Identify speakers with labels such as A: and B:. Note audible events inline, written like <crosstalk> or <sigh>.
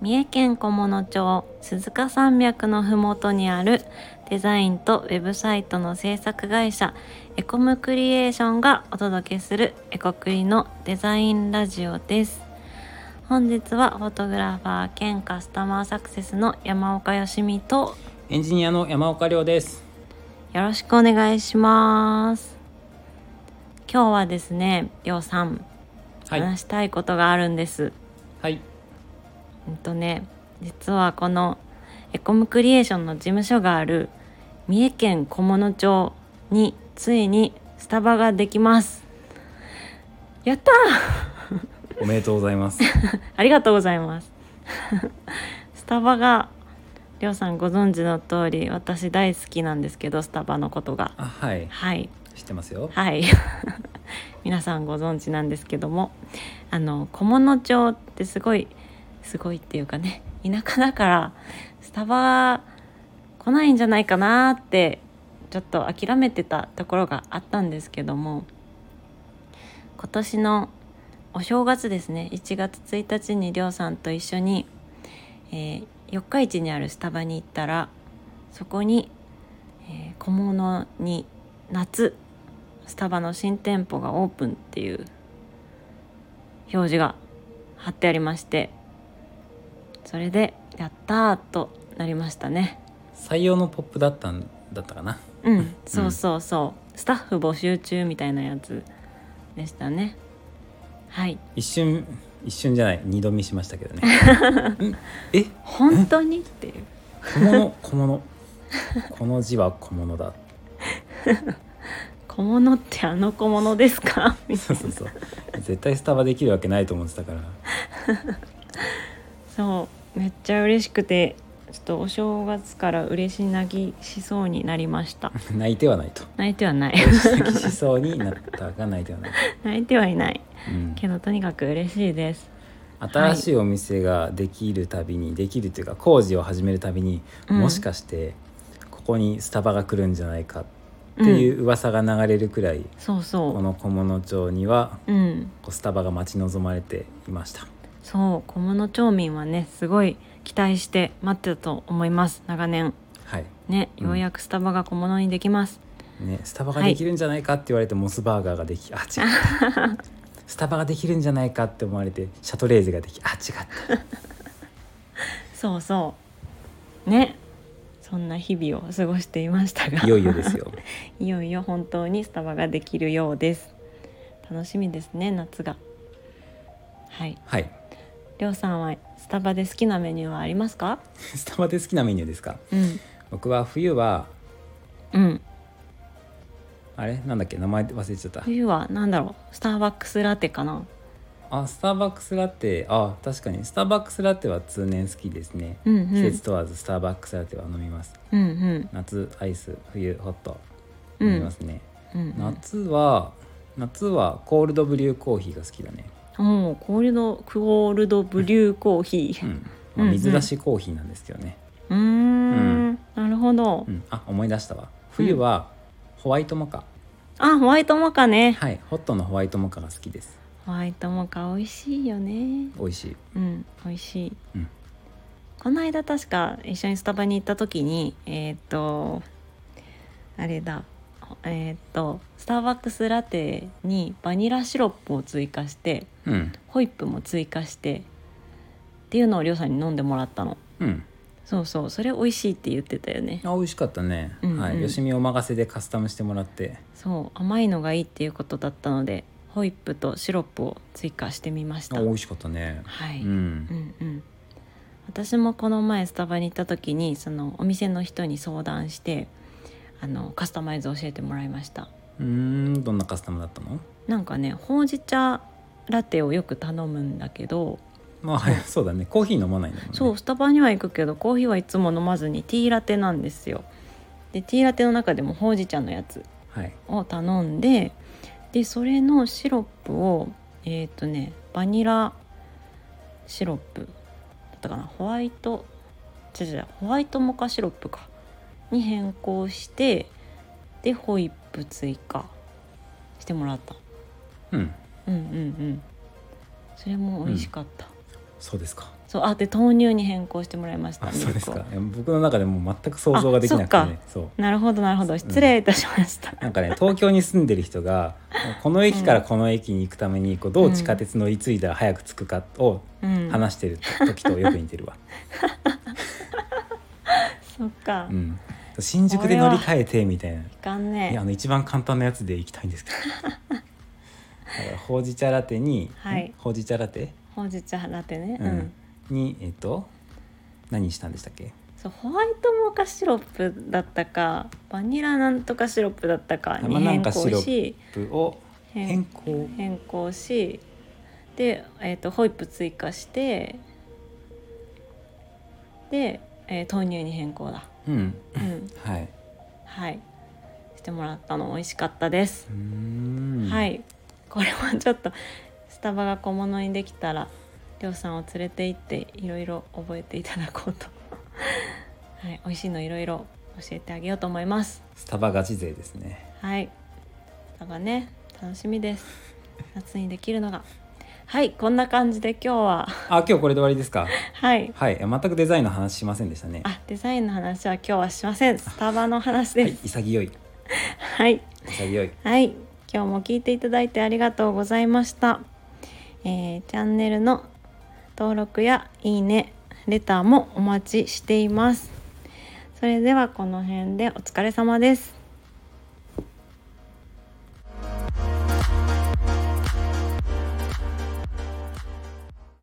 A: 三重県菰野町鈴鹿山脈のふもとにあるデザインとウェブサイトの制作会社エコムクリエーションがお届けするエコクリのデザインラジオです本日はフォトグラファー兼カスタマーサクセスの山岡よしみと
B: エンジニアの山岡亮です。
A: よろしくお願いします今日はですねりょうさん、
B: はい。
A: 話したいことがあるんです
B: はい。
A: うんとね実はこのエコムクリエーションの事務所がある三重県菰野町についにスタバができますやった
B: おめでとうございます。
A: ーありがとうございます <laughs> スタバがりょうさんご存知の通り私大好きなんですけどスタバのことが
B: <laughs> あ、はい。
A: はい
B: 知ってますよ。
A: はい <laughs> 皆さんご存知なんですけどもあの菰野町ってすごいすごいっていうかね田舎だからスタバ来ないんじゃないかなってちょっと諦めてたところがあったんですけども今年のお正月ですね1月1日にりょうさんと一緒に、えー四日市にあるスタバに行ったらそこに、えー小物に夏スタバの新店舗がオープンっていう表示が貼ってありましてそれでやったーとなりましたね
B: 採用のポップだったんだったかな。
A: うんそうそうそう、スタッフ募集中みたいなやつでしたねはい
B: 一瞬、一瞬じゃない、二度見しましたけど
A: <laughs>
B: ね。んえ、
A: 本当にっていう <laughs>
B: 小物、小物。この字は小物だ。
A: 小物ってあの小物です <laughs> かみた
B: そ
A: いうな
B: そうそう。絶対スタバできるわけないと思ってたから。
A: そうめっちゃ嬉しくてちょっとお正月から嬉し泣きしそうになりました
B: 泣いてはないと。
A: 泣いては <laughs> ない
B: 泣きしそうになったが泣いてはない。
A: 泣いてはいない
B: うん。
A: けどとにかく嬉しいです
B: 新しいお店ができるたびに、できるというか工事を始めるたびに、
A: うん
B: もしかしてここにスタバが来るんじゃないかっていう噂が流れるくらい、
A: そう
B: こ
A: そ
B: の菰野町には
A: ううん
B: こうスタバが待ち望まれていました
A: そう小野町民はねすごい期待して待ってたと思います長年
B: はい
A: ね
B: うん
A: ようやくスタバが小物にできます、
B: ねスタバができるんじゃないかって言われてモスバーガーができあ違った
A: <laughs>
B: スタバができるんじゃないかって思われてシャトレーゼができあ違った
A: そうそうねそんな日々を過ごしていましたが
B: いよいよですよ
A: <laughs> いよいよ本当にスタバができるようです楽しみですね夏がはい
B: はい
A: りょうさんはスタバで好きなメニューはありますか
B: スタバで好きなメニューですか
A: うん
B: 僕は冬は
A: うん
B: あれなんだっけ名前忘れちゃった
A: 冬はなんだろうスターバックスラテかな
B: あスターバックスラテあ確かにスターバックスラテは通年好きですね、
A: うんうん
B: 季節問わずスターバックスラテは飲みます
A: うんうん
B: 夏アイス冬ホット
A: うん
B: 飲みますね、
A: うん
B: 夏は夏はコールドブリューコーヒーが好きだね、
A: うん、おーコールドクオールドブリューコーヒ
B: う
A: ー
B: んま
A: うんうん
B: あ、水出しコーヒーなんですけどね、
A: うーん
B: うん
A: なるほど、
B: うんあ思い出したわ冬はホワイトモカ、
A: あホワイトモカね
B: はいホットのホワイトモカが好きです
A: ホワイトモカ美味しいよね
B: 美味しい
A: うん美味しい、
B: うん
A: この間確か一緒にスタバに行った時にえーっとあれだえーっとスターバックスラテにバニラシロップを追加して
B: うん
A: ホイップも追加してっていうのをりょうさんに飲んでもらったの
B: うん
A: そうそうそれ美味しいって言ってたよね
B: あ美味しかったね、
A: うんうん
B: はいよしみお任せでカスタムしてもらって
A: そう甘いのがいいっていうことだったのでホイップとシロップを追加してみまし
B: あ
A: た
B: 美
A: は
B: 味しかったね
A: い、
B: うん
A: うんうん私もこの前スタバに行った時にそのお店の人に相談してあのカスタマイズ教えてもらいました
B: うーんどんなカスタムだったの
A: なんかねほうじ茶ラテをよく頼むんだけど、
B: まあはいそうだねコーヒー飲まないんだもんね
A: そうスタバには行くけどコーヒーはいつも飲まずにティーラテなんですよでティーラテの中でもほうじ茶のやつ
B: はい
A: を頼んででそれのシロップをえっ、とねバニラシロップだったかなホワイト違う違うホワイトモカシロップかに変更してでホイップ追加してもらった
B: うん
A: うんうんうんそれも美味しかった、
B: そうですか
A: そうあで豆乳に変更してもらいました
B: あ
A: ミルク
B: そ
A: を
B: うですかいや僕の中でもう全く想像ができなく
A: あ
B: て
A: そっ
B: ねそう
A: なるほどなるほど失礼いたしました、
B: なんかね東京に住んでる人がこの駅からこの駅に行くためにこうどう地下鉄乗り継いだら早く着くかを
A: うん
B: 話してる時とよく似てるわ、
A: そっか、
B: う
A: い
B: ん、新宿で乗り換えてみたいな
A: かん
B: いや
A: ね
B: あの一番簡単なやつで行きたいん <laughs> ですけどだからほうじ茶ラテに、
A: はい
B: ほうじ茶ラテ、
A: 本日ラテね
B: う
A: うん、
B: んにえっと何したんでしたっけ
A: そうホワイトモカシロップだったかバニラなんとかシロップだったかに
B: まあなん
A: 変
B: か
A: 更
B: シロップ
A: し
B: プを変
A: 変
B: 更
A: 変更しで、えー、とホイップ追加してで、えー豆乳に変
B: <laughs>
A: 更だ、
B: うん
A: うん、
B: はい
A: はいしてもらったの美味しかったです
B: うーん
A: はい、これはちょっとスタバが小物にできたらりょうさんを連れて行っていろいろ覚えていただこうと、 <laughs> はい、美味しいのいろいろ教えてあげようと思います
B: スタバガチ勢ですね
A: はいスタバね楽しみです夏にできるのがはいこんな感じで今日は
B: あ今日これで終わりですか
A: はい
B: はいえ全くデザインの話しませんでしたね
A: あデザインの話は今日はしませんスタバの話
B: は
A: で
B: い
A: す
B: 潔い
A: はい
B: 潔い
A: はい、今日も聞いていただいてありがとうございました。えーチャンネルの登録やいいね、レターもお待ちしています。それではこの辺でお疲れ様です。